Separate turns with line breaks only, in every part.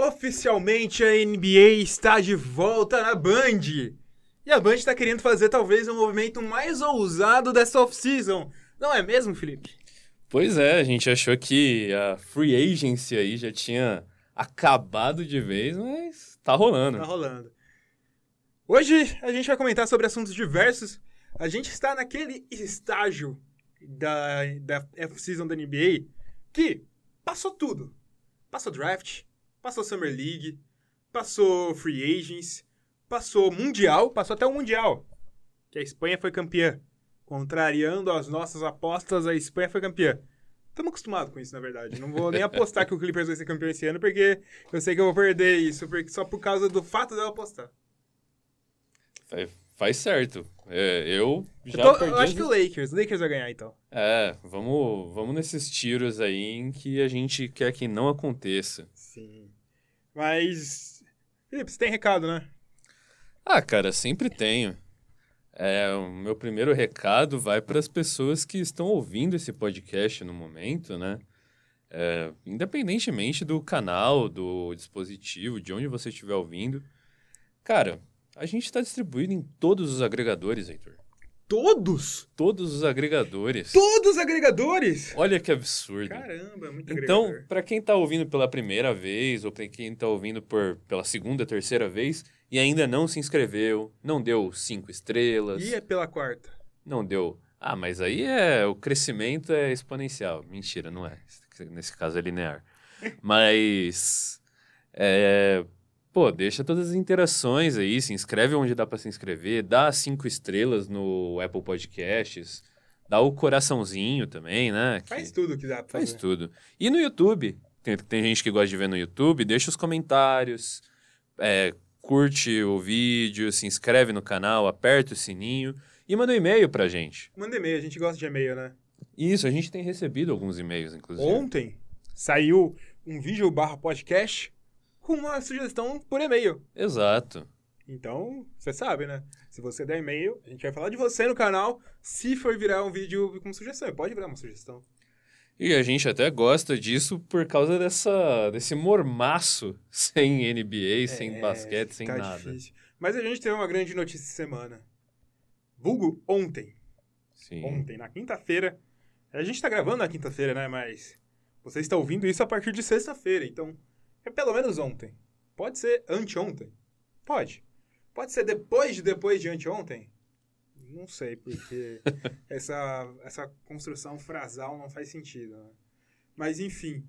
Oficialmente a NBA está de volta na Band. E a Band está querendo fazer talvez o movimento mais ousado dessa off-season. Não é mesmo, Felipe?
Pois é, a gente achou que a free agency aí já tinha acabado de vez, mas tá rolando.
Tá rolando. Hoje a gente vai comentar sobre assuntos diversos. A gente está naquele estágio da, da off-season da NBA que passou tudo. Passou draft, passou Summer League, passou Free Agents, passou Mundial, passou até o Mundial. Que a Espanha foi campeã. Contrariando as nossas apostas, a Espanha foi campeã. Estamos acostumados com isso, na verdade. Não vou nem apostar que o Clippers vai ser campeão esse ano, porque eu sei que eu vou perder isso, porque só por causa do fato de eu apostar.
Faz- Faz certo. É, eu já
Eu, tô- Então, eu
perdi.
acho
as-
que o Lakers, o Lakers vai ganhar então.
É, vamos, vamos nesses tiros aí em que a gente quer que não aconteça.
Sim. Mas. Felipe, você tem recado, né?
Ah, cara, sempre tenho. É, o meu primeiro recado vai para as pessoas que estão ouvindo esse podcast no momento, né? É, independentemente do canal, do dispositivo, de onde você estiver ouvindo. Cara, a gente está distribuído em todos os agregadores, Heitor.
Todos?
Todos os agregadores.
Todos os agregadores?
Olha que absurdo.
Caramba, é muito
Então,
agregador.
para quem tá ouvindo pela primeira vez, ou para quem tá ouvindo por, pela segunda, terceira vez, e ainda não se inscreveu, não deu cinco estrelas,
E é pela quarta.
não deu. Ah, mas aí é o crescimento é exponencial. Mentira, não é. Nesse caso é linear. mas. é, pô, deixa todas as interações aí, se inscreve onde dá para se inscrever, dá cinco estrelas no Apple Podcasts, dá o coraçãozinho também, né? que-
Faz tudo que dá pra
Faz
fazer.
tudo. E no YouTube. Tem, tem gente que gosta de ver no YouTube, deixa os comentários, é, curte o vídeo, se inscreve no canal, aperta o sininho e manda um e-mail pra gente.
Manda e-mail, a gente gosta de e-mail, né?
Isso, a gente tem recebido alguns e-mails, inclusive.
Ontem saiu um vídeo barra podcast com uma sugestão por e-mail.
Exato.
Então, você sabe, né? Se você der e-mail, a gente vai falar de você no canal se for virar um vídeo com sugestão. Pode virar uma sugestão.
E a gente até gosta disso por causa dessa, desse mormaço sem NBA, sem
É,
basquete, sem
tá
nada.
difícil. Mas a gente teve uma grande notícia essa semana. Vulgo ontem.
Sim.
Ontem, na quinta-feira. A gente tá gravando na quinta-feira, né? Mas você está ouvindo isso a partir de sexta-feira. Então, é pelo menos ontem. Pode ser anteontem. Pode. Pode ser depois de depois de anteontem. Não sei, porque essa, essa construção frasal não faz sentido. né? Mas, enfim.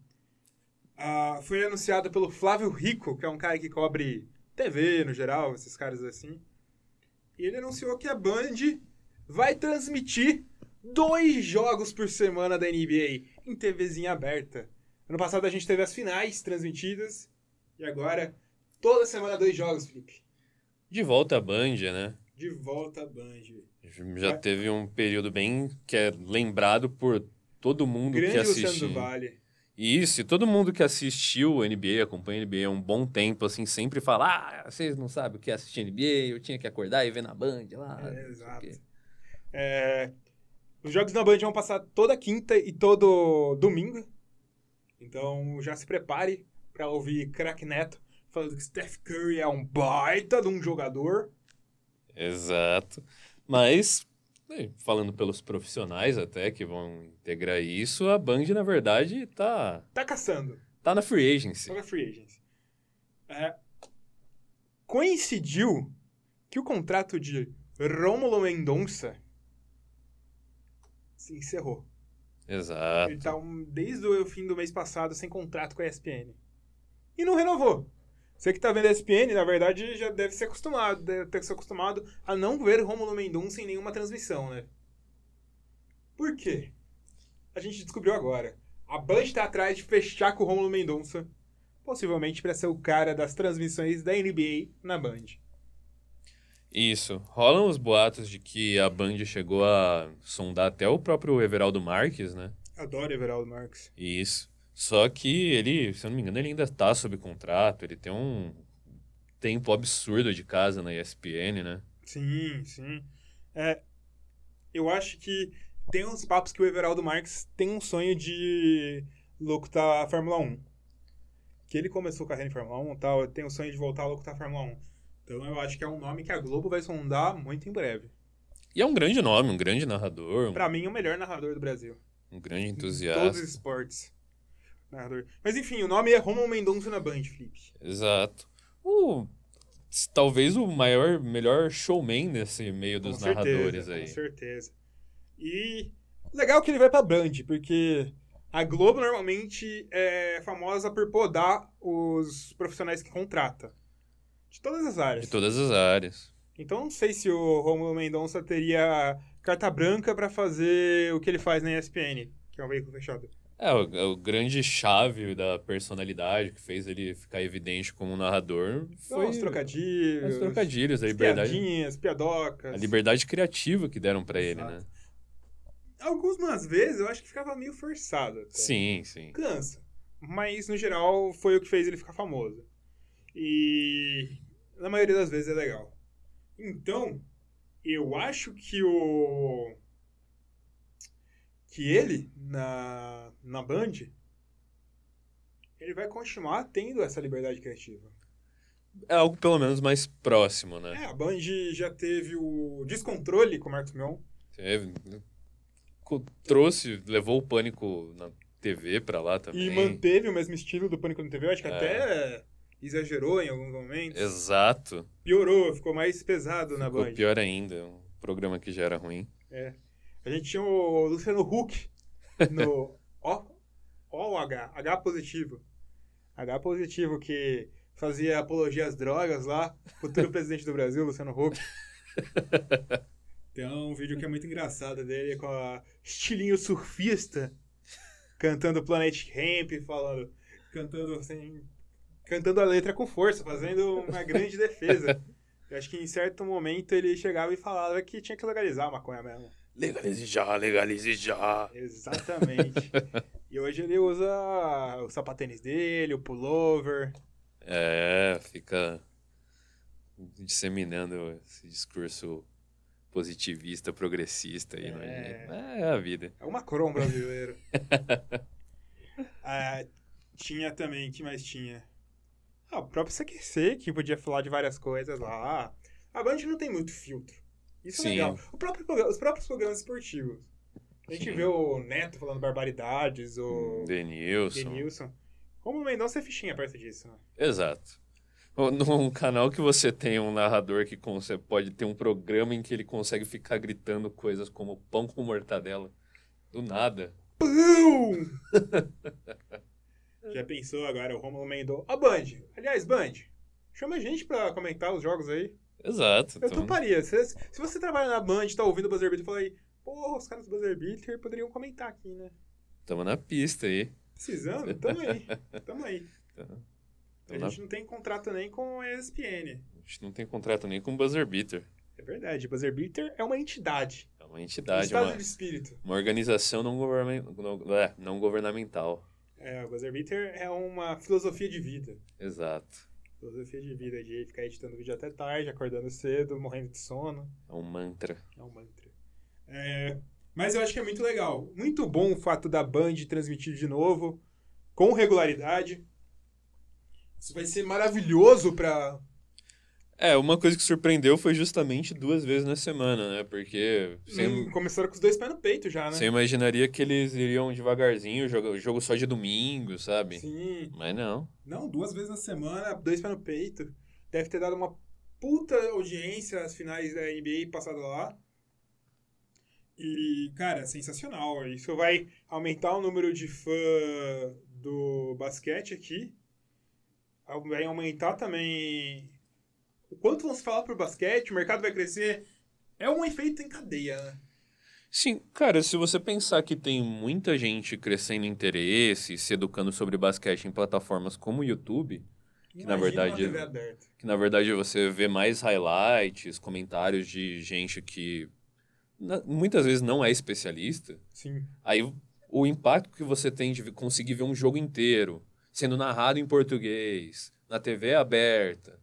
Ah, foi anunciado pelo Flávio Rico, que é um cara que cobre TV no geral, esses caras assim. E ele anunciou que a Band vai transmitir dois jogos por semana da NBA em TVzinha aberta. Ano passado a gente teve as finais transmitidas e agora toda semana dois jogos, Felipe.
De volta à Band, né?
De volta à Band.
Já
É.
teve um período bem que é lembrado por todo mundo
Grande
que
Luciano
assiste.
do Vale.
E isso, e todo mundo que assistiu NBA, acompanha NBA há um bom tempo, assim, sempre fala: ah, vocês não sabem o que é assistir NBA, eu tinha que acordar e ver na Band lá.
É,
Ah, não sei o
exato.
quê."
É, os jogos na Band vão passar toda quinta e todo domingo. Então já se prepare para ouvir Crack Neto falando que Steph Curry é um baita de um jogador.
Exato. Mas, bem, falando pelos profissionais até que vão integrar isso, a Band, na verdade, tá,
Tá caçando.
tá na free agency.
Sobre a free agents. É, coincidiu que o contrato de Rômulo Mendonça se encerrou.
Exato.
Ele tá um- desde o fim do mês passado sem contrato com a ESPN. E não renovou. Você que tá vendo a ESPN, na verdade, já deve ser acostumado, deve ter se acostumado a não ver Rômulo Mendonça em nenhuma transmissão, né? Por quê? A gente descobriu agora. A Band tá atrás de fechar com o Rômulo Mendonça, possivelmente para ser o cara das transmissões da NBA na Band.
Isso. Rolam os boatos de que a Band chegou a sondar até o próprio Everaldo Marques, né?
Adoro Everaldo Marques.
Isso. Só que ele, se eu não me engano, ele ainda tá sob contrato, ele tem um tempo absurdo de casa na ESPN, né?
Sim, sim. É, eu acho que tem uns papos que o Everaldo Marques tem um sonho de locutar a Fórmula 1. que ele começou carreira em Fórmula 1 e tal, tem o sonho de voltar a locutar Fórmula 1. Então eu acho que é um nome que a Globo vai sondar muito em breve.
E é um grande nome, um grande narrador, um-
Pra mim, o melhor narrador do Brasil.
um grande
Todos os
entusiasta.
esportes. Narrador. Mas enfim, o nome é Romulo Mendonça na Band, Felipe.
Exato. O, talvez o maior, melhor showman desse meio dos
com
narradores
certeza,
aí.
Com certeza. E legal que ele vai pra Band, porque a Globo normalmente é famosa por podar os profissionais que contrata. De todas as áreas.
De todas as áreas.
Então não sei se o Romulo Mendonça teria carta branca pra fazer o que ele faz na ESPN, que é um veículo fechado.
É, o, é o grande chave da personalidade que fez ele ficar evidente como um narrador
Foi
foi
os trocadilhos,
os trocadilhos, a
as
liberdade,
piadinhas,
a
piadocas.
liberdade criativa que deram pra ele,
Exato.
né?
Algumas vezes eu acho que ficava meio forçado. até.
Sim, sim.
Cansa. Mas, no geral, foi o que fez ele ficar famoso. E na maioria das vezes é legal. Então, eu acho que o. Que ele, na, na Band, ele vai continuar tendo essa liberdade criativa.
É algo pelo menos mais próximo, né?
É, a Band já teve o descontrole com o Marcos Mion.
Teve- co- É, trouxe, levou o pânico na TV pra lá também.
E manteve o mesmo estilo do Pânico na TV. Eu acho que
É.
até exagerou em alguns momentos.
Exato.
Piorou, ficou mais pesado na
Ficou
Band.
pior ainda. Um programa que já era huim.
A gente tinha o Luciano Huck no O, o H, H positivo. H positivo que fazia apologia às drogas lá. Futuro presidente do Brasil, Luciano Huck. Tem um vídeo que é muito engraçado dele com a estilinho surfista cantando Planet Ramp, falando, cantando assim, cantando a letra com força, fazendo uma grande defesa. Eu acho que em certo momento ele chegava e falava que tinha que legalizar a maconha mesmo.
Legalize já, legalize já.
Exatamente. e hoje ele usa o sapatênis dele, o pullover.
É, fica disseminando esse discurso positivista, progressista aí, não
É.
é? É a vida.
É o Macron brasileiro. Ah, tinha também, que mais tinha? Ah, o próprio CQC, que podia falar de várias coisas lá. A Band não tem muito filtro. Isso é
Sim.
legal. O próprio progra- os próprios programas esportivos. A gente
Sim. Hum,
vê o Neto falando barbaridades, o
Denilson.
Denilson. Como o Mendonça é fichinha perto disso, né?
Exato. Ou Num canal que você tem um narrador que conse- pode ter um programa em que ele consegue ficar gritando coisas como pão com mortadela. Do nada.
Já pensou agora o Romulo Mendonça? Ó, Band. Aliás, Band, chama a gente pra comentar os jogos aí.
Exato.
Eu
então-
toparia. Se, se você trabalha na Band e tá ouvindo o Buzzer Beater, fala aí, porra, os caras do Buzzer Beater poderiam comentar aqui, né?
Tamo na pista aí.
Precisando? Tamo aí. Tamo aí.
Tamo
A
na-
gente não tem contrato nem com a ESPN.
A gente não tem contrato nem com o Buzzer Beater.
É verdade. Buzzer Beater é uma entidade.
É uma
Um
entidade,
estado
uma,
de espírito.
uma organização não, governamen- não- é, não governamental.
É, o Buzzer Beater é uma filosofia de vida.
Exato.
Filosofia de vida de ficar editando vídeo até tarde, acordando cedo, morrendo de sono.
É um mantra.
É um mantra. É, mas eu acho que é muito legal. Muito bom o fato da Band transmitir de novo, com regularidade. Isso vai ser maravilhoso pra.
É, uma coisa que surpreendeu foi justamente duas vezes na semana, né? Porque você,
Hum, começaram com os dois pés no peito já, né?
você imaginaria que eles iriam devagarzinho, jogo, jogo só de domingo, sabe?
Sim.
Mas não.
Não, duas vezes na semana, dois pés no peito. Deve ter dado uma puta audiência às finais da NBA passada lá. E, cara, sensacional. Isso vai aumentar o número de fã do basquete aqui. Vai aumentar também o quanto vão se falar pro basquete, o mercado vai crescer. É um efeito em cadeia, né?
Sim, cara, se você pensar que tem muita gente crescendo interesse, se educando sobre basquete em plataformas como o YouTube, Que, na
Imagina
verdade, né?
uma TV aberta.
que na verdade você vê mais highlights, comentários de gente que na- muitas vezes não é especialista,
Sim.
aí o impacto que você tem de conseguir ver um jogo inteiro sendo narrado em português, na TV aberta.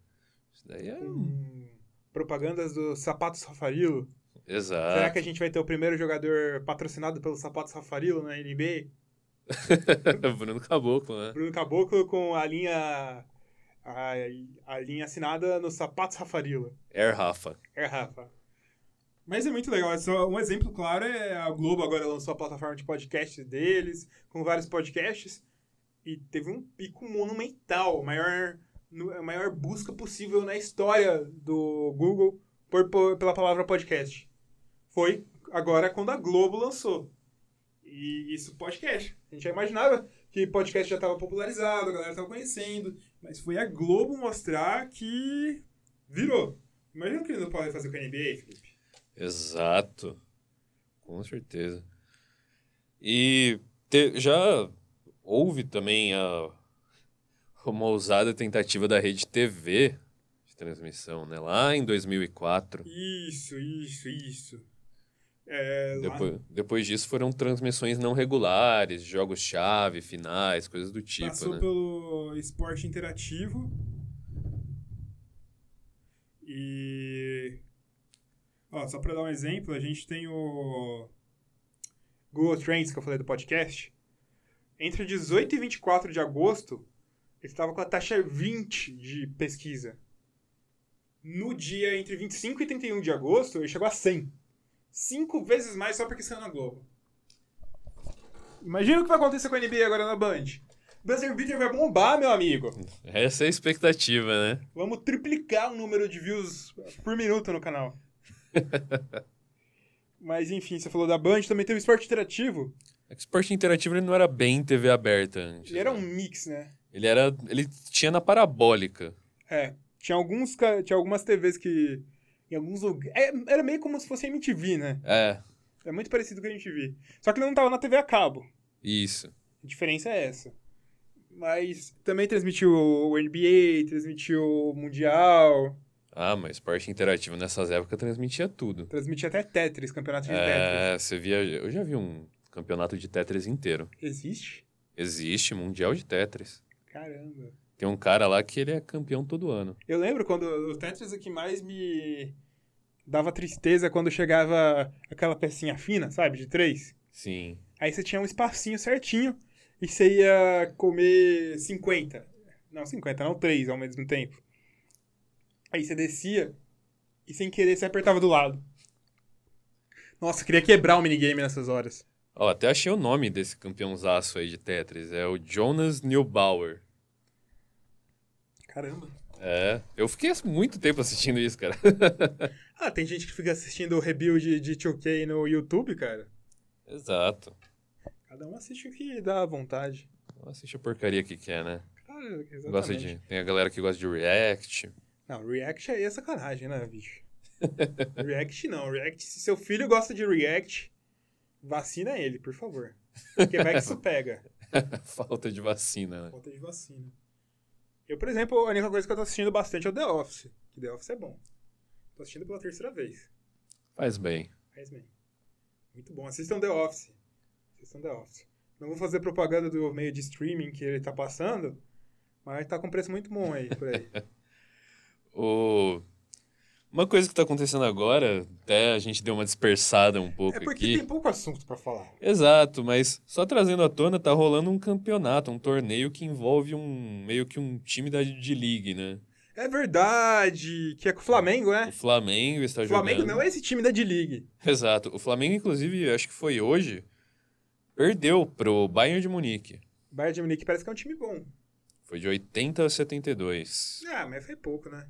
Isso daí é.
Com propagandas do sapato safarilo. Será
Exato.
que a gente vai ter o primeiro jogador patrocinado pelo Sapatos Rafarilo na NBA?
Bruno Caboclo, né?
Bruno Caboclo com a linha. A, a linha assinada nos sapatos Rafarila.
Air Rafa.
É, Rafa. Mas é muito legal. é só- um exemplo claro é a Globo agora lançou a plataforma de podcast deles, com vários podcasts. E teve um pico monumental, a maior, no- a maior busca possível na história do Google por, por- pela palavra podcast. Foi agora quando a Globo lançou. E isso, podcast. A gente já imaginava que podcast já estava popularizado, a galera estava conhecendo. Mas foi a Globo mostrar que virou. Imagina o que eles não podem fazer com a NBA, Felipe.
Exato. Com certeza. E te- já houve também a, uma ousada tentativa da Rede TV de transmissão, né? Lá em 2004.
Isso, isso, isso. É, lá-
Depois, depois disso foram transmissões não regulares, jogos-chave, finais, coisas do tipo,
passou
né?
pelo esporte interativo. E. Ó, só pra dar um exemplo, a gente tem o. Google Trends, que eu falei do podcast. Entre 18 e 24 de agosto, ele estava com a taxa 20 de pesquisa. No dia entre 25 e 31 de agosto, ele chegou a 100. Cinco vezes mais só porque saiu na Globo. Imagina o que vai acontecer com a NBA agora na Band. Buzzer Beater vai bombar, meu amigo.
Essa é a expectativa, né?
Vamos triplicar o número de views por minuto no canal. Mas enfim, você falou da Band, também teve esporte interativo.
É que o esporte interativo ele não era bem TV aberta antes.
Ele era um
né?
mix, né?
Ele era. Ele tinha na parabólica.
É. Tinha, alguns, ca- tinha algumas TVs que. Em alguns lugares. Era meio como se fosse MTV, né?
É,
É muito parecido com a MTV. Só que ele não tava na TV a cabo.
isso.
A diferença é essa. Mas também transmitiu o NBA, transmitiu o Mundial,
Ah, mas esporte interativo nessas épocas transmitia tudo.
transmitia até Tetris, campeonato de Tetris.
É, você via. Eu já vi um campeonato de Tetris inteiro.
Existe?
Existe Mundial de Tetris.
Caramba.
Tem um cara lá que ele é campeão todo ano.
Eu lembro quando o Tetris o que mais me dava tristeza é quando chegava aquela pecinha fina, sabe, de três.
Sim.
Aí você tinha um espacinho certinho e você ia comer 50. Não, 50, não, três ao mesmo tempo. Aí você descia e sem querer você apertava do lado. Nossa, eu queria quebrar o minigame nessas horas.
Ó, até achei o nome desse campeãozaço aí de Tetris. É o Jonas Neubauer.
Caramba.
É. Eu fiquei muito tempo assistindo isso, cara.
Ah, tem gente que fica assistindo o rebuild de 2K no YouTube, cara.
Exato.
Cada um assiste o que dá à vontade.
Não assiste a porcaria que quer, né?
Cara, exatamente.
Gosta de. Tem a galera que gosta de React.
Não, React aí é sacanagem, né, bicho? React não. React, se seu filho gosta de React, vacina ele, por favor. Porque vai que isso pega.
Falta de vacina, né?
Falta de vacina. Eu, por exemplo, a única coisa que eu tô assistindo bastante é o The Office. Que The Office é bom. Tô assistindo pela terceira vez.
Faz bem.
Mas bem. Muito bom. Assistam The Office. Assistam The Office. Não vou fazer propaganda do meio de streaming que ele tá passando, mas tá com preço muito bom aí por aí.
O... Uma coisa que tá acontecendo agora, até a gente deu uma dispersada um pouco
É porque
aqui.
tem pouco assunto pra falar.
Exato, mas só trazendo à tona, tá rolando um campeonato, um torneio que envolve um meio que um time da D-League, né?
É verdade, que é com o Flamengo, né?
O Flamengo está
O Flamengo
jogando.
não é esse time da D-League.
Exato. O Flamengo, inclusive, acho que foi hoje, perdeu pro Bayern de Munique.
Bayern de Munique parece que é um time bom.
Foi de 80 a 72.
Ah, mas foi pouco, né?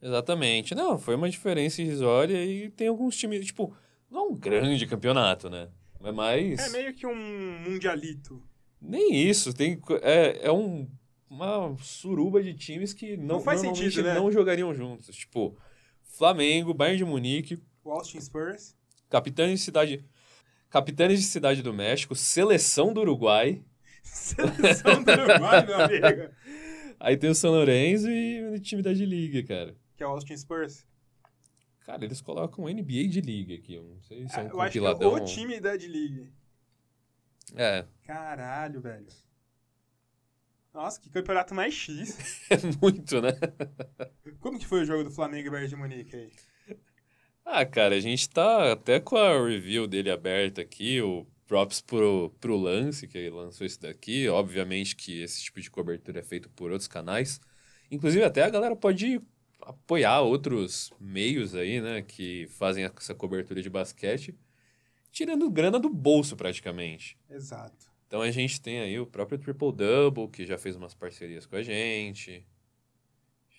Exatamente. Não, foi uma diferença irrisória e tem alguns times, tipo, não é um grande campeonato, né? É mais.
É meio que um mundialito.
Nem isso. Tem, co- é é um, uma suruba de times que não,
Não faz
normalmente
sentido, né?
não jogariam juntos. Tipo, Flamengo, Bayern de Munique,
O Austin Spurs.
Capitães de Cidade. Capitães de Cidade do México, Seleção do Uruguai,
Seleção do Uruguai, meu amigo.
aí tem o São Lourenço e o time da D-League, cara.
Que é o Austin Spurs.
Cara, eles colocam NBA de League aqui. Eu não sei se é um
eu acho que é
compiladão.
o time da D-League.
É,
Caralho, velho. Nossa, que campeonato mais X.
é muito, né?
Como que foi o jogo do Flamengo e Bayern de Munique aí?
Ah, cara, a gente tá até com a review dele aberta aqui, o props pro, pro Lance, que lançou isso daqui. Obviamente que esse tipo de cobertura é feito por outros canais. Inclusive, até a galera pode apoiar outros meios aí, né, que fazem essa cobertura de basquete, tirando grana do bolso praticamente.
Exato.
Então a gente tem aí o próprio Triple Double, que já fez umas parcerias com a gente.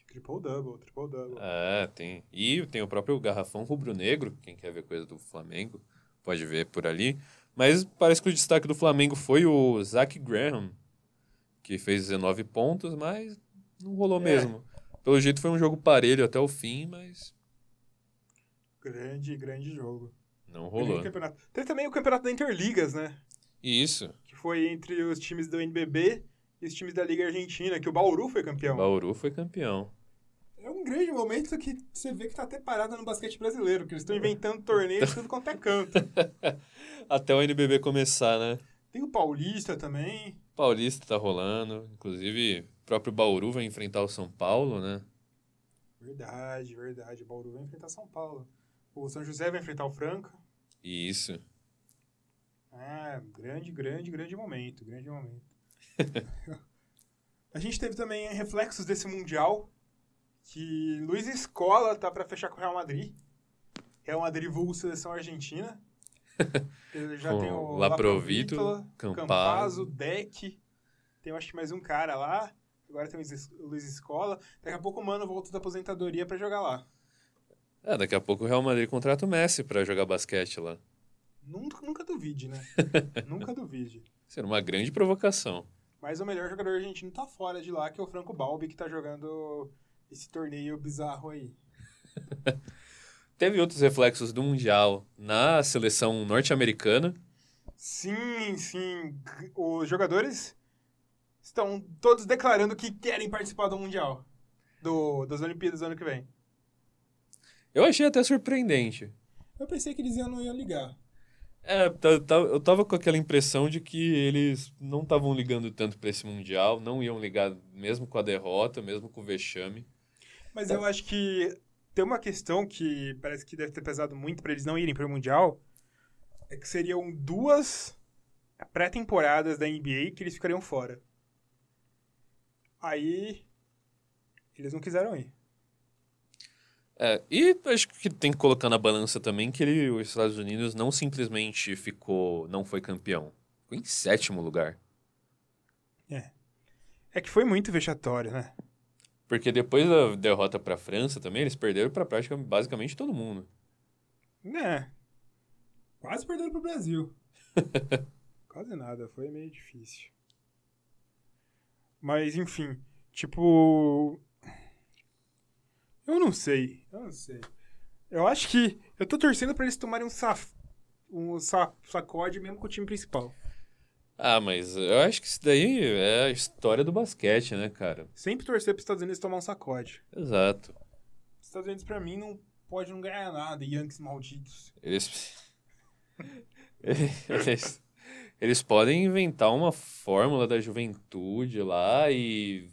Triple double, triple double.
É, tem. E tem o próprio Garrafão Rubro-Negro, quem quer ver coisa do Flamengo, pode ver por ali. Mas parece que o destaque do Flamengo foi o Zach Graham, que fez 19 pontos, mas não rolou
É.
mesmo. Pelo jeito foi um jogo parelho até o fim, mas
Grande, grande jogo.
não
Grande
rolou.
campeonato. Teve também o campeonato da Interligas, né?
E isso,
Que foi entre os times do NBB e os times da Liga Argentina, que o Bauru foi campeão.
Bauru foi campeão.
É um grande momento que você vê que tá até parado no basquete brasileiro, que eles estão inventando torneios de tudo quanto é canto.
Até o NBB começar, né?
Tem o Paulista também.
Paulista tá rolando, inclusive o próprio Bauru vai enfrentar o São Paulo, né?
Verdade, verdade. O Bauru vai enfrentar São Paulo. O São José vai enfrentar o Franca.
E isso.
Ah, grande, grande, grande momento, grande momento. a gente teve também reflexos desse Mundial, que Luiz Escola tá para fechar com o Real Madrid. Real Madrid vulgo seleção argentina. Ele já
Com
tem o
Laprovito,
Laprovíttola,
Campazzo.
Campazzo, Deck, tem eu acho que mais um cara lá. Agora tem o Luiz- o Luiz Escola. Daqui a pouco o Mano volta da aposentadoria para jogar lá.
É, daqui a pouco o Real Madrid contrata o Messi pra jogar basquete lá.
Nunca, nunca duvide, né? nunca duvide.
Seria uma grande provocação.
Mas o melhor jogador argentino tá fora de lá, que é o Franco Balbi, que tá jogando esse torneio bizarro aí.
Teve outros reflexos do Mundial na seleção norte-americana.
Sim, sim. Os jogadores estão todos declarando que querem participar do Mundial. Do, das Olimpíadas do ano que vem.
Eu achei até surpreendente.
Eu pensei que eles iam, não iam ligar.
É, tá- tá- eu tava com aquela impressão de que eles não estavam ligando tanto pra esse Mundial, não iam ligar mesmo com a derrota, mesmo com o vexame.
Mas eu acho que tem uma questão que parece que deve ter pesado muito pra eles não irem pro Mundial. É que seriam duas pré-temporadas da NBA que eles ficariam fora. Aí. Eles não quiseram ir.
É, e acho que tem que colocar na balança também que ele, os Estados Unidos não simplesmente ficou, não foi campeão. Ficou em sétimo lugar.
É que foi muito vexatório, né?
Porque depois da derrota pra França também, eles perderam pra prática basicamente todo mundo.
Né? Quase perderam pro Brasil. Quase nada, foi meio difícil. Mas, enfim, tipo. Eu não sei. Eu não sei. Eu acho que. Eu tô torcendo pra eles tomarem um saf... um sa- sacode mesmo com o time principal.
Ah, mas eu acho que isso daí é a história do basquete, né, cara?
Sempre torcer pros Estados Unidos tomar um sacode.
Exato.
Os Estados Unidos, pra mim, não pode não ganhar nada. Yankees malditos.
Eles... eles... eles podem inventar uma fórmula da juventude lá e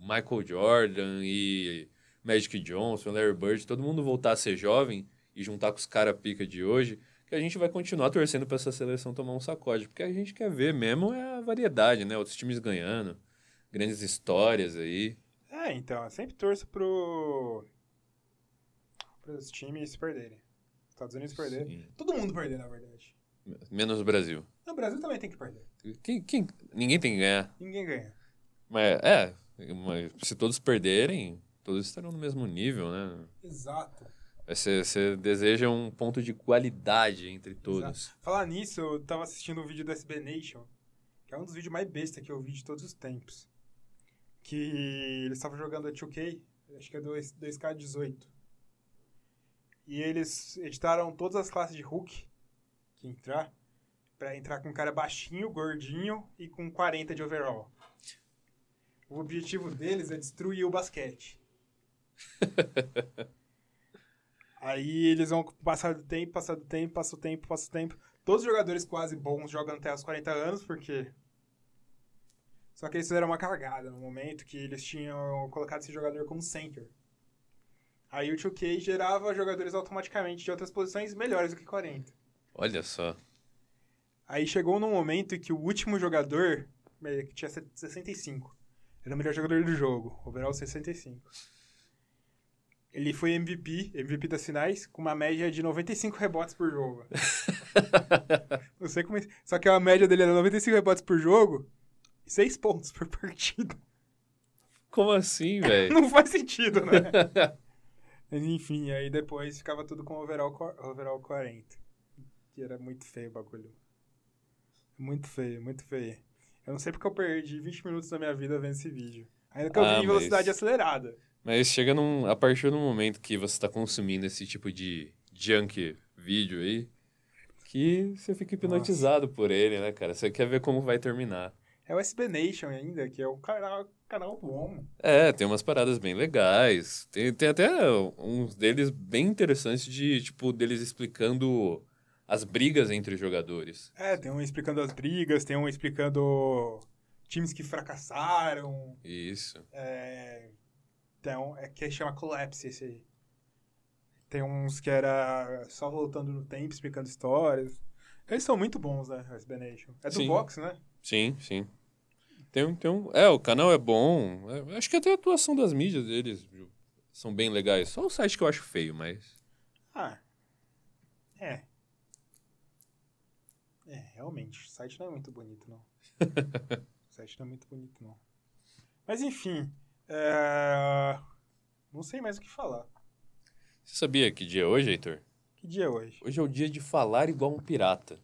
Michael Jordan e Magic Johnson, Larry Bird, todo mundo voltar a ser jovem e juntar com os cara pica de hoje, que a gente vai continuar torcendo pra essa seleção tomar um sacode, porque a gente quer ver mesmo é a variedade, né? Outros times ganhando, grandes histórias aí.
É, então, eu sempre torço pro. pros times perderem. Estados Unidos perderem.
Sim.
Todo mundo perder, na verdade.
Menos o Brasil.
Não, o Brasil também tem que perder.
Quem, quem- Ninguém tem que ganhar.
Ninguém ganha.
Mas, é, mas se todos perderem, todos estarão no mesmo nível, né?
Exato.
Vai ser, você deseja um ponto de qualidade entre todos.
Falar nisso, eu tava assistindo um vídeo do SB Nation, que é um dos vídeos mais besta que eu vi de todos os tempos. Que eles estavam jogando a 2K, acho que é 2- 2K18. E eles editaram todas as classes de Hulk que entrar, pra entrar com um cara baixinho, gordinho e com 40 de overall. O objetivo deles é destruir o basquete. Aí eles vão passar do tempo, passar do tempo, passa o tempo, passa o tempo. Todos os jogadores quase bons jogam até os 40 anos, porque. Só que eles fizeram uma cagada no momento que eles tinham colocado esse jogador como center. Aí o 2K gerava jogadores automaticamente de outras posições melhores do que 40.
Olha só.
Aí chegou num momento que o último jogador eh, que tinha 65. Era o melhor jogador do jogo, overall 65. Ele foi MVP, MVP das finais, com uma média de 95 rebotes por jogo. Não sei como é. Só que a média dele era 95 rebotes por jogo e 6 pontos por partida.
Como assim, velho?
Não faz sentido, né? Mas enfim, aí depois ficava tudo com overall, co- overall 40. Que era muito feio o bagulho. Muito feio, muito feio. Eu não sei porque eu perdi 20 minutos da minha vida vendo esse vídeo. Ainda que eu
Ah,
vi em velocidade
mas-
acelerada.
Mas chega num, a partir do momento que você tá consumindo esse tipo de junk vídeo aí, que você fica hipnotizado por ele, né, cara? Você quer ver como vai terminar.
É o SB Nation ainda, que é um canal, canal bom.
É, tem umas paradas bem legais. Tem, tem até uns deles bem interessantes de, tipo, deles explicando as brigas entre os jogadores.
É, tem um explicando as brigas, tem um explicando times que fracassaram.
Isso.
É, então, é que chama Collapse esse aí. Tem uns que era só voltando no tempo, explicando histórias. Eles são muito bons, né, o SB Nation. É do
Sim.
Vox, né?
Sim, sim. Tem, um- tem um... É, o canal é bom. É, acho que até a atuação das mídias deles viu, são bem legais. Só o site que eu acho feio, mas.
Ah. É. É, realmente, o site não é muito bonito, não. o site não é muito bonito, não. Mas enfim. é, Não sei mais o que falar.
Você sabia que dia é hoje, Heitor?
Que dia é hoje?
Hoje é o dia de falar igual um pirata.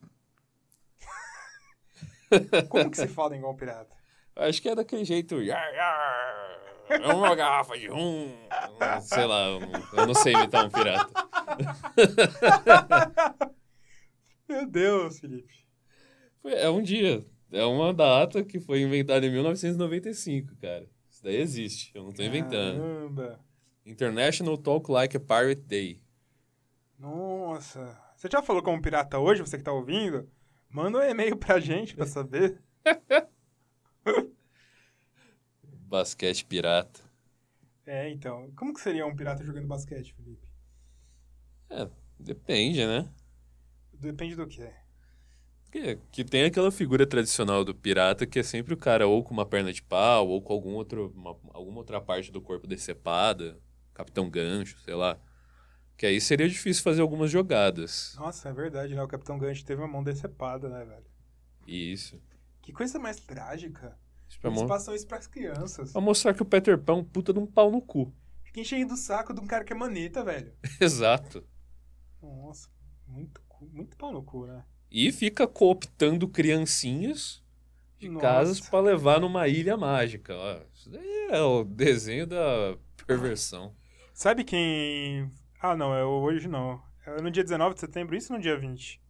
Como que se fala em Gol Pirata?
Acho que é daquele jeito. "Yar, yar, É uma garrafa de rum. um, Sei lá, eu não- eu não sei imitar um pirata.
Meu Deus, Felipe.
Foi- É um dia. É uma data que foi inventada em 1995, cara. Isso daí existe. Eu não tô inventando.
Caramba.
International Talk Like a Pirate Day.
Nossa. Você já falou como pirata hoje, você que tá ouvindo? Manda um e-mail pra gente pra saber.
Basquete pirata.
É, então. Como que seria um pirata jogando basquete, Felipe?
Depende, né?
Depende do que. é.
Que, que tem aquela figura tradicional do pirata que é sempre o cara ou com uma perna de pau ou com algum outro, uma- alguma outra parte do corpo decepada. Capitão Gancho, sei lá. Que aí seria difícil fazer algumas jogadas.
Nossa, é verdade, né? O Capitão Gancho teve uma mão decepada, né, velho?
E isso.
Que coisa mais trágica.
Isso pra
Eles
mo-
passam isso pras crianças.
pra mostrar que o Peter Pan é um puta de um pau no cu.
Fica enchendo o saco de um cara que é maneta, velho.
Exato.
Nossa, muito, cu- muito pau no cu, né?
E fica cooptando criancinhas de
Nossa.
casas pra levar numa ilha mágica. Ó, isso daí é o desenho da perversão.
Sabe quem. Ah, não, é hoje não. É no dia 19 de setembro, isso no dia 20.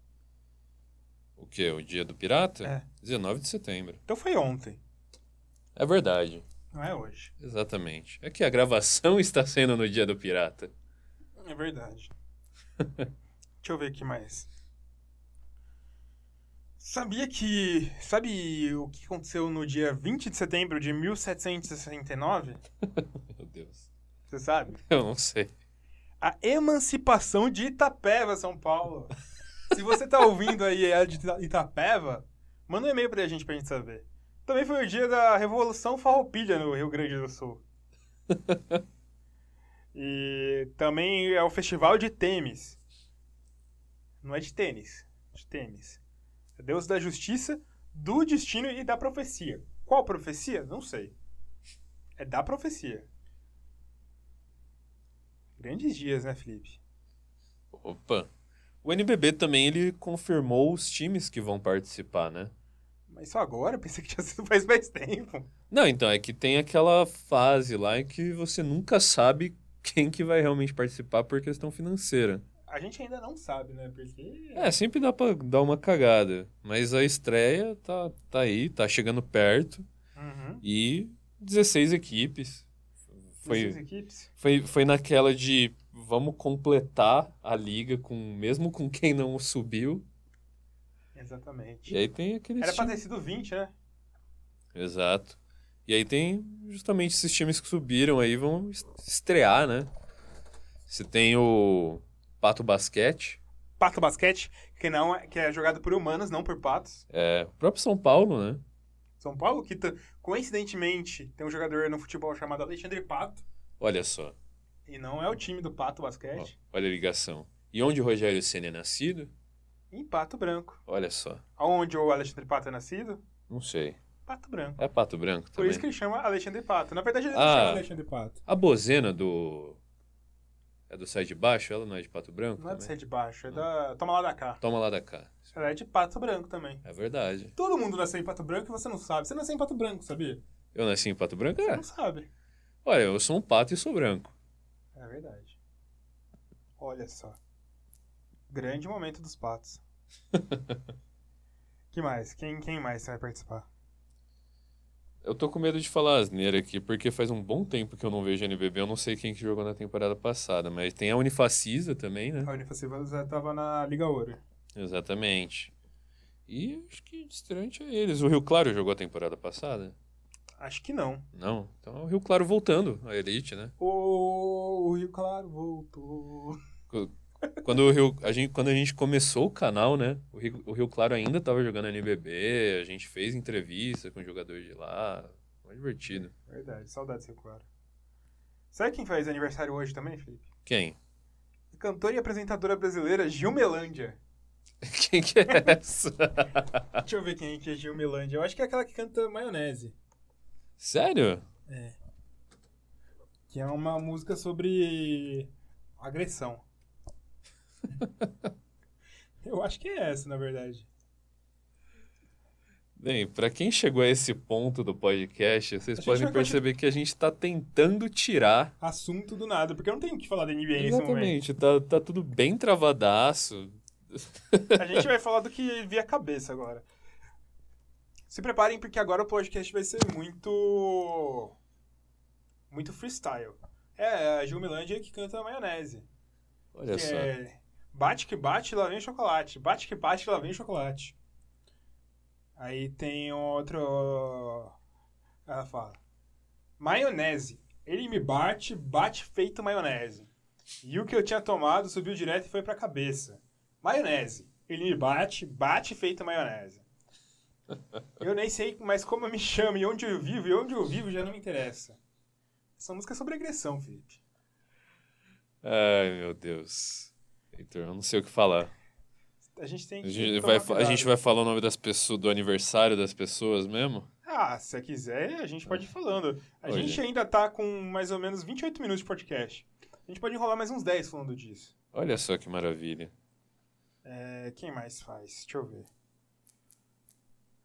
O quê? O dia do pirata?
É.
19 de setembro.
Então foi ontem,
É verdade.
não é hoje.
Exatamente. É que a gravação está sendo no dia do pirata.
É verdade. Deixa eu ver aqui mais. Sabia que. Sabe o que aconteceu no dia 20 de setembro de 1769?
Meu Deus.
Você sabe?
Eu não sei.
A emancipação de Itapeva, São Paulo. Se você tá ouvindo aí é de Ita- Itapeva, manda um e-mail pra gente pra gente saber. Também foi o dia da Revolução Farroupilha no Rio Grande do Sul. E também é o Festival de Temes. Não é de tênis, de Temes. É Deus da Justiça, do Destino e da Profecia. Qual profecia? Não sei. É da profecia. Grandes dias, né, Felipe?
Opa. O NBB também ele confirmou os times que vão participar, né?
Mas só agora? Eu pensei que tinha sido faz mais tempo.
Não, então é que tem aquela fase lá em que você nunca sabe quem que vai realmente participar por questão financeira.
A gente ainda não sabe, né? Porque.
É, sempre dá pra dar uma cagada. Mas a estreia tá, tá aí, tá chegando perto.
Uhum.
E 16 equipes.
Essas
Foi,
equipes.
foi, foi naquela de vamos completar a liga com mesmo com quem não subiu.
Exatamente.
E aí tem aqueles
Era pra
times-
ter sido 20, né?
Exato. E aí tem justamente esses times que subiram aí vão es- estrear, né? Você tem o Pato Basquete,
pato basquete, que, não é, que é jogado por humanos, não por patos.
É, o próprio São Paulo, né?
São Paulo, que tá- coincidentemente tem um jogador no futebol chamado Alexandre Pato,
Olha só,
e não é o time do pato
ó,
basquete,
olha a ligação. E onde o Rogério Senna é nascido?
em Pato Branco.
Olha só,
Onde o Alexandre Pato é nascido?
não sei.
Pato Branco.
É Pato Branco
Por
também.
isso que ele chama Alexandre Pato. Na verdade, ele não
Ah.
chama Alexandre Pato.
A bozena do... É do Sai de Baixo? Ela não é de Pato Branco
Não é de
também?
ser de
Hum.
baixo, é da. Toma lá da cá.
Toma lá da cá.
Ela é de Pato Branco também.
É verdade.
Todo mundo nasceu em Pato Branco e você não sabe. Você nasceu em Pato Branco, sabia?
Eu nasci em Pato Branco?
Você
É.
não sabe.
Olha, eu sou um pato e sou branco.
É verdade. Olha só. Grande momento dos patos. que mais? Quem, quem mais vai participar?
Eu tô com medo de falar asneira aqui, porque faz um bom tempo que eu não vejo NBB. Eu não sei quem que jogou na temporada passada, mas tem a Unifacisa também, né?
A Unifaciva já tava na Liga Ouro.
Exatamente. E acho que distante é eles. O Rio Claro jogou a temporada passada?
Acho que não.
Não. Então é o Rio Claro voltando à elite, né?
Ô, o Rio Claro voltou.
Quando, o Rio, a gente, quando a gente começou o canal, né? O Rio, o Rio Claro ainda tava jogando NBB, a gente fez entrevista com o jogador de lá. Foi divertido.
Verdade, saudades, Rio Claro. Sabe quem faz aniversário hoje também, Felipe?
Quem?
A cantora e apresentadora brasileira Gil Melândia.
Quem que é essa?
Deixa eu ver quem que é Gil Melândia. Eu acho que é aquela que canta Maionese.
Sério?
Que é uma música sobre agressão. Eu acho que é essa, na verdade.
Bem, pra quem chegou a esse ponto do podcast, vocês
A gente
podem
vai continuar-
perceber que a gente tá tentando tirar
Assunto do nada, porque eu não tenho o que falar da NBA nesse momento.
Exatamente, tá, tá tudo bem travadaço.
A gente vai falar do que via cabeça agora. Se preparem, porque agora o podcast vai ser muito. Muito freestyle. É, a Gil Melândia que canta maionese.
Olha
que
só.
é bate que bate, lá vem o chocolate. Bate que bate, lá vem o chocolate. Aí tem outro. Ela fala: Maionese. Ele me bate, bate feito maionese. E o que eu tinha tomado subiu direto e foi pra cabeça. Maionese. Ele me bate, bate feito maionese. Eu nem sei mais como eu me chamo e onde eu vivo, e onde eu vivo já não me interessa. Essa música é sobre agressão, Felipe.
Ai, meu Deus. Heitor, eu não sei o que falar.
A gente tem
A
que.
gente,
tomar
vai, fa- a
cuidado.
gente vai falar o nome das pessoas, do aniversário das pessoas mesmo?
Ah, se você quiser, a gente É. pode ir falando. A
Olha.
gente ainda tá com mais ou menos 28 minutos de podcast. A gente pode enrolar mais uns 10 falando disso.
Olha só que maravilha.
É, quem mais faz? Deixa eu ver.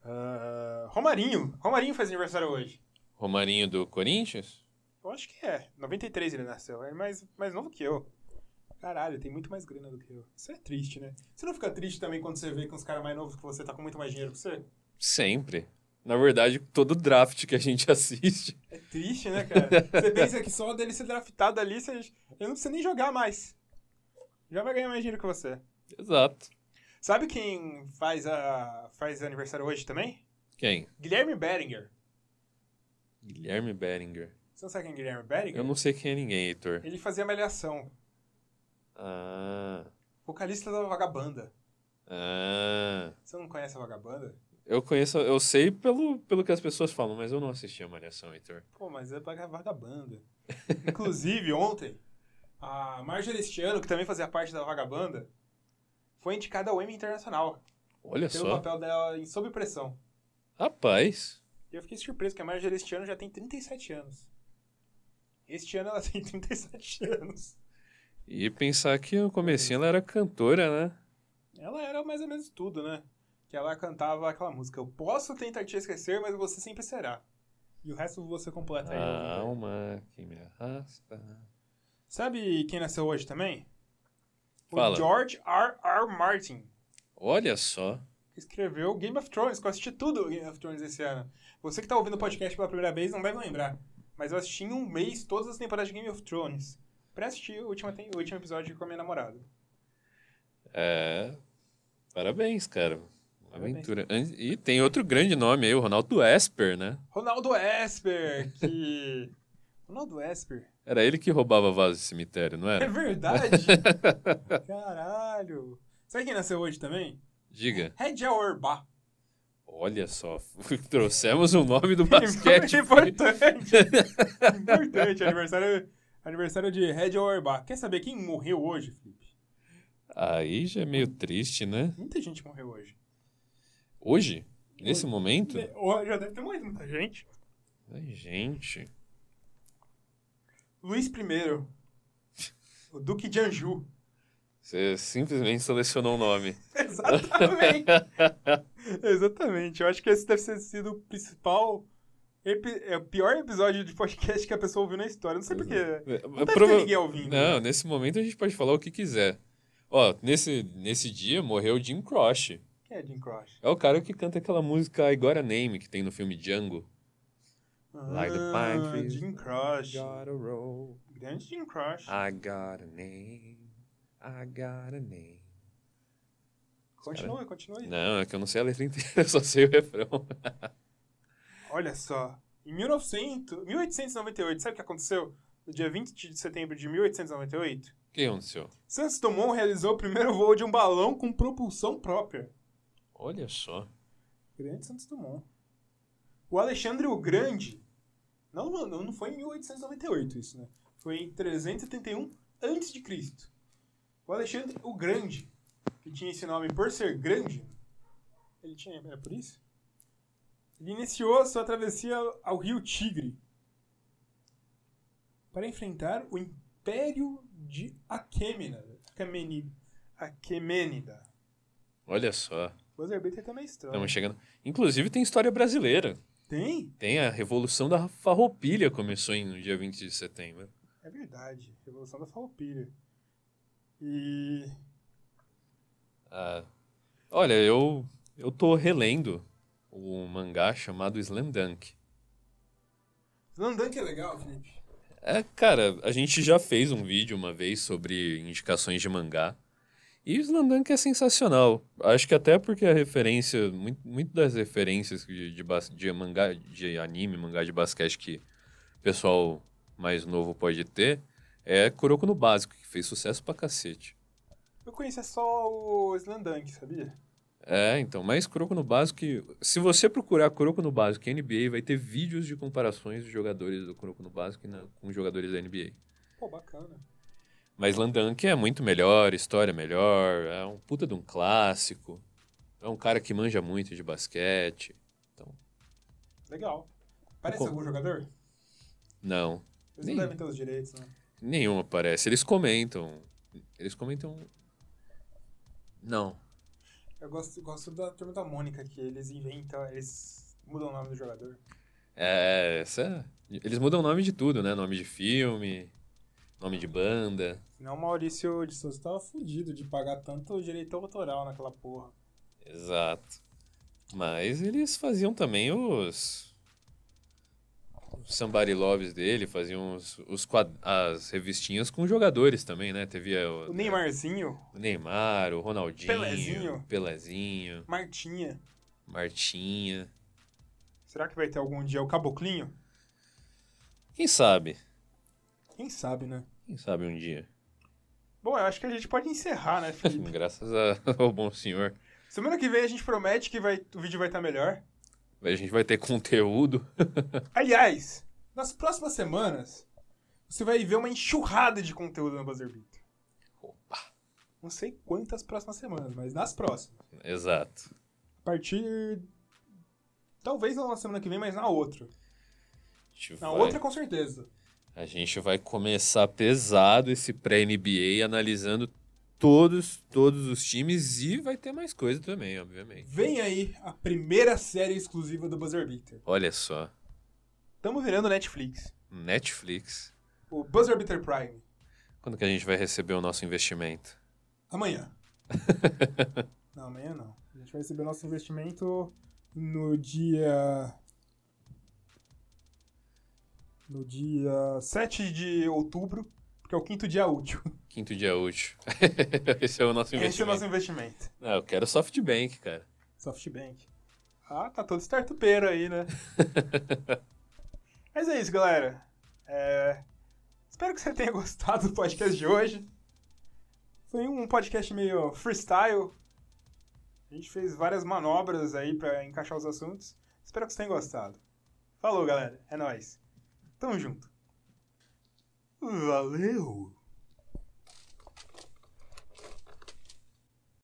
Ah, Romarinho. Romarinho faz aniversário hoje.
Romarinho do Corinthians?
Eu acho que é. 93 ele nasceu. É mais, mais novo que eu. Caralho, tem muito mais grana do que eu. Isso é triste, né? Você não fica triste também quando você vê que uns caras mais novos que você tá com muito mais dinheiro que você?
Sempre. Na verdade, todo draft que a gente assiste.
É triste, né, cara? Você pensa que só dele ser draftado ali, você... ele não precisa nem jogar mais. Já vai ganhar mais dinheiro que você.
Exato.
Sabe quem faz, a... faz aniversário hoje também?
Quem?
Guilherme Beringer.
Guilherme Beringer.
Você não sabe quem é Guilherme Beringer?
Eu não sei quem é ninguém, Heitor.
Ele fazia malhação.
Ah.
Vocalista da Vagabanda.
Ah.
Você não conhece a Vagabanda?
Eu conheço, eu sei pelo, pelo que as pessoas falam, mas eu não assisti a Malhação, Heitor.
Pô, mas é vaga- Vagabanda. Inclusive, ontem, a Marjorie este ano, que também fazia parte da Vagabanda, foi indicada ao Emmy Internacional
Olha
pelo
só.
papel dela em Sob Pressão.
Rapaz,
E eu fiquei surpreso que a Marjorie este ano já tem 37 anos. Este ano ela tem 37 anos.
e pensar que no comecinho ela era cantora, né?
Ela era mais ou menos tudo, né? Que ela cantava aquela música. Eu posso tentar te esquecer, mas você sempre será. E o resto você completa aí.
A
ouvindo.
alma Ah, que me arrasta.
Sabe quem nasceu hoje também? O
Fala.
George R. R. Martin.
Olha só.
que Escreveu Game of Thrones, que eu assisti tudo Game of Thrones esse ano. Você que tá ouvindo o podcast pela primeira vez não deve lembrar. Mas eu assisti em um mês todas as temporadas de Game of Thrones. Pra assistir o último, o último episódio com a minha namorada.
É. Parabéns, cara. Uma
Parabéns.
Aventura. An- E tem outro grande nome aí, o Ronaldo Esper, né?
Ronaldo Esper, que. Ronaldo Esper?
É. Era ele que roubava vaso de cemitério, não
É
era?
verdade? Caralho. Sabe quem nasceu hoje também?
Diga.
Regia Orba.
Olha só, trouxemos o nome do basquete.
Importante. Importante. Aniversário, aniversário de Regia Orba. Quer saber quem morreu hoje, Felipe?
Aí já é meio triste, né?
Muita gente morreu hoje.
Hoje? Nesse momento?
Né, Ó, Já deve ter morrido muita gente.
Ai, gente.
Luiz I. O Duque de Anjou.
Você simplesmente selecionou o nome.
Exatamente. Exatamente. Eu acho que esse deve ter sido o principal. epi- é o pior episódio de podcast que a pessoa ouviu na história. Não sei porquê. Não deve ter ninguém ouvindo.
Uhum. É
né?
Não, nesse momento a gente pode falar o que quiser. Ó, nesse, nesse dia morreu o Jim Croce.
Quem é Jim Croce?
É o cara que canta aquela música I Got a Name que tem no filme Django. Like the pine
Ah,
trees. Ah,
Jim Croce.
a roll,
Grande Jim Croce.
I got a name, I got a name.
continua, continua aí.
Não, é que eu não sei a letra inteira, eu só sei o refrão.
Olha só. Em 1900, 1898, sabe o que aconteceu? No dia 20 de setembro de 1898,
O que aconteceu?
Santos Dumont realizou o primeiro voo de um balão com propulsão própria.
Olha só.
Grande Santos Dumont. O Alexandre o Grande. Não, não, não foi em 1898 isso, né? Foi em 371 a.C. O Alexandre o Grande, que tinha esse nome por ser grande, ele tinha, era por isso? Ele iniciou sua travessia ao rio Tigre para enfrentar o Império de Aquêmenida. Aquemeni- Aquemênida.
Olha só.
O Azerbaijão também é estranho.
Estamos chegando. Inclusive tem história brasileira.
Tem?
Tem a Revolução da Farroupilha começou em, no dia 20 de setembro.
É verdade, Revolução da Farroupilha. E
Ah, olha, eu eu tô relendo um mangá chamado Slam Dunk.
Landank é legal, Felipe.
É, cara, a gente já fez um vídeo uma vez sobre indicações de mangá. E o Slam Dunk é sensacional. Acho que até porque a referência, muito, muito das referências de, de, bas- de mangá, de anime, mangá de basquete que o pessoal mais novo pode ter, é Kuroko no Básico, que fez sucesso pra cacete.
Eu conhecia só o Slandank, sabia?
É, então, mas Kuroko no Básico, que- se você procurar Kuroko no Básico e NBA, vai ter vídeos de comparações de jogadores do Kuroko no Básico e na- com jogadores da NBA.
Pô, bacana.
Mas Landank é muito melhor, história melhor, é um puta de um clássico. É um cara que manja muito de basquete.
Legal. Parece
Com-
algum jogador?
Não,
Eles
Nem-
não devem ter os direitos, né?
nenhum aparece. Eles comentam. Eles comentam. Não.
Eu gosto, gosto da turma da Mônica, que eles inventam, eles mudam o nome do jogador.
É, essa... Eles mudam o nome de tudo, né? Nome de filme, nome de banda.
Senão o Maurício de Souza tava fudido de pagar tanto direito autoral naquela porra.
Exato. Mas eles faziam também os. os Somebody Loves dele, faziam os, os quad- as revistinhas com jogadores também, né? Teve é, o,
O Neymarzinho,
o Neymar, o Ronaldinho,
Pelezinho.
Pelezinho,
Martinha.
Martinha.
Será que vai ter algum dia o Caboclinho?
Quem sabe?
Quem sabe, né?
Quem sabe um dia?
Bom, eu acho que a gente pode encerrar, né, Felipe?
Graças a- ao bom senhor.
Semana que vem a gente promete que vai, o vídeo vai estar melhor.
A gente vai ter conteúdo.
Aliás, nas próximas semanas, você vai ver uma enxurrada de conteúdo no Buzzer Beat.
Opa.
Não sei quantas próximas semanas, mas nas próximas.
Exato.
A partir. Talvez não na semana que vem, mas na outra.
A gente
Na
vai-
outra, com certeza.
A gente vai começar pesado esse pré-NBA, analisando todos, todos os times e vai ter mais coisa também, obviamente.
Vem aí a primeira série exclusiva do Buzzer Beater.
Olha só,
Tamo virando Netflix.
Netflix.
O Buzzer Beater Prime.
Quando que a gente vai receber o nosso investimento?
Amanhã. não, amanhã não. A gente vai receber nosso investimento no dia. No dia 7 de outubro, porque é o quinto dia útil.
Quinto dia útil. esse é o
Esse
nosso
é o
investimento.
nosso investimento.
Não, eu quero SoftBank, cara.
SoftBank. Ah, tá todo startupeiro aí, né? Mas é isso, galera. É, Espero que você tenha gostado do podcast de hoje. Foi um podcast meio freestyle. A gente fez várias manobras aí pra encaixar os assuntos. Espero que vocês tenham gostado. Falou, galera. É nóis. Tamo junto. Valeu!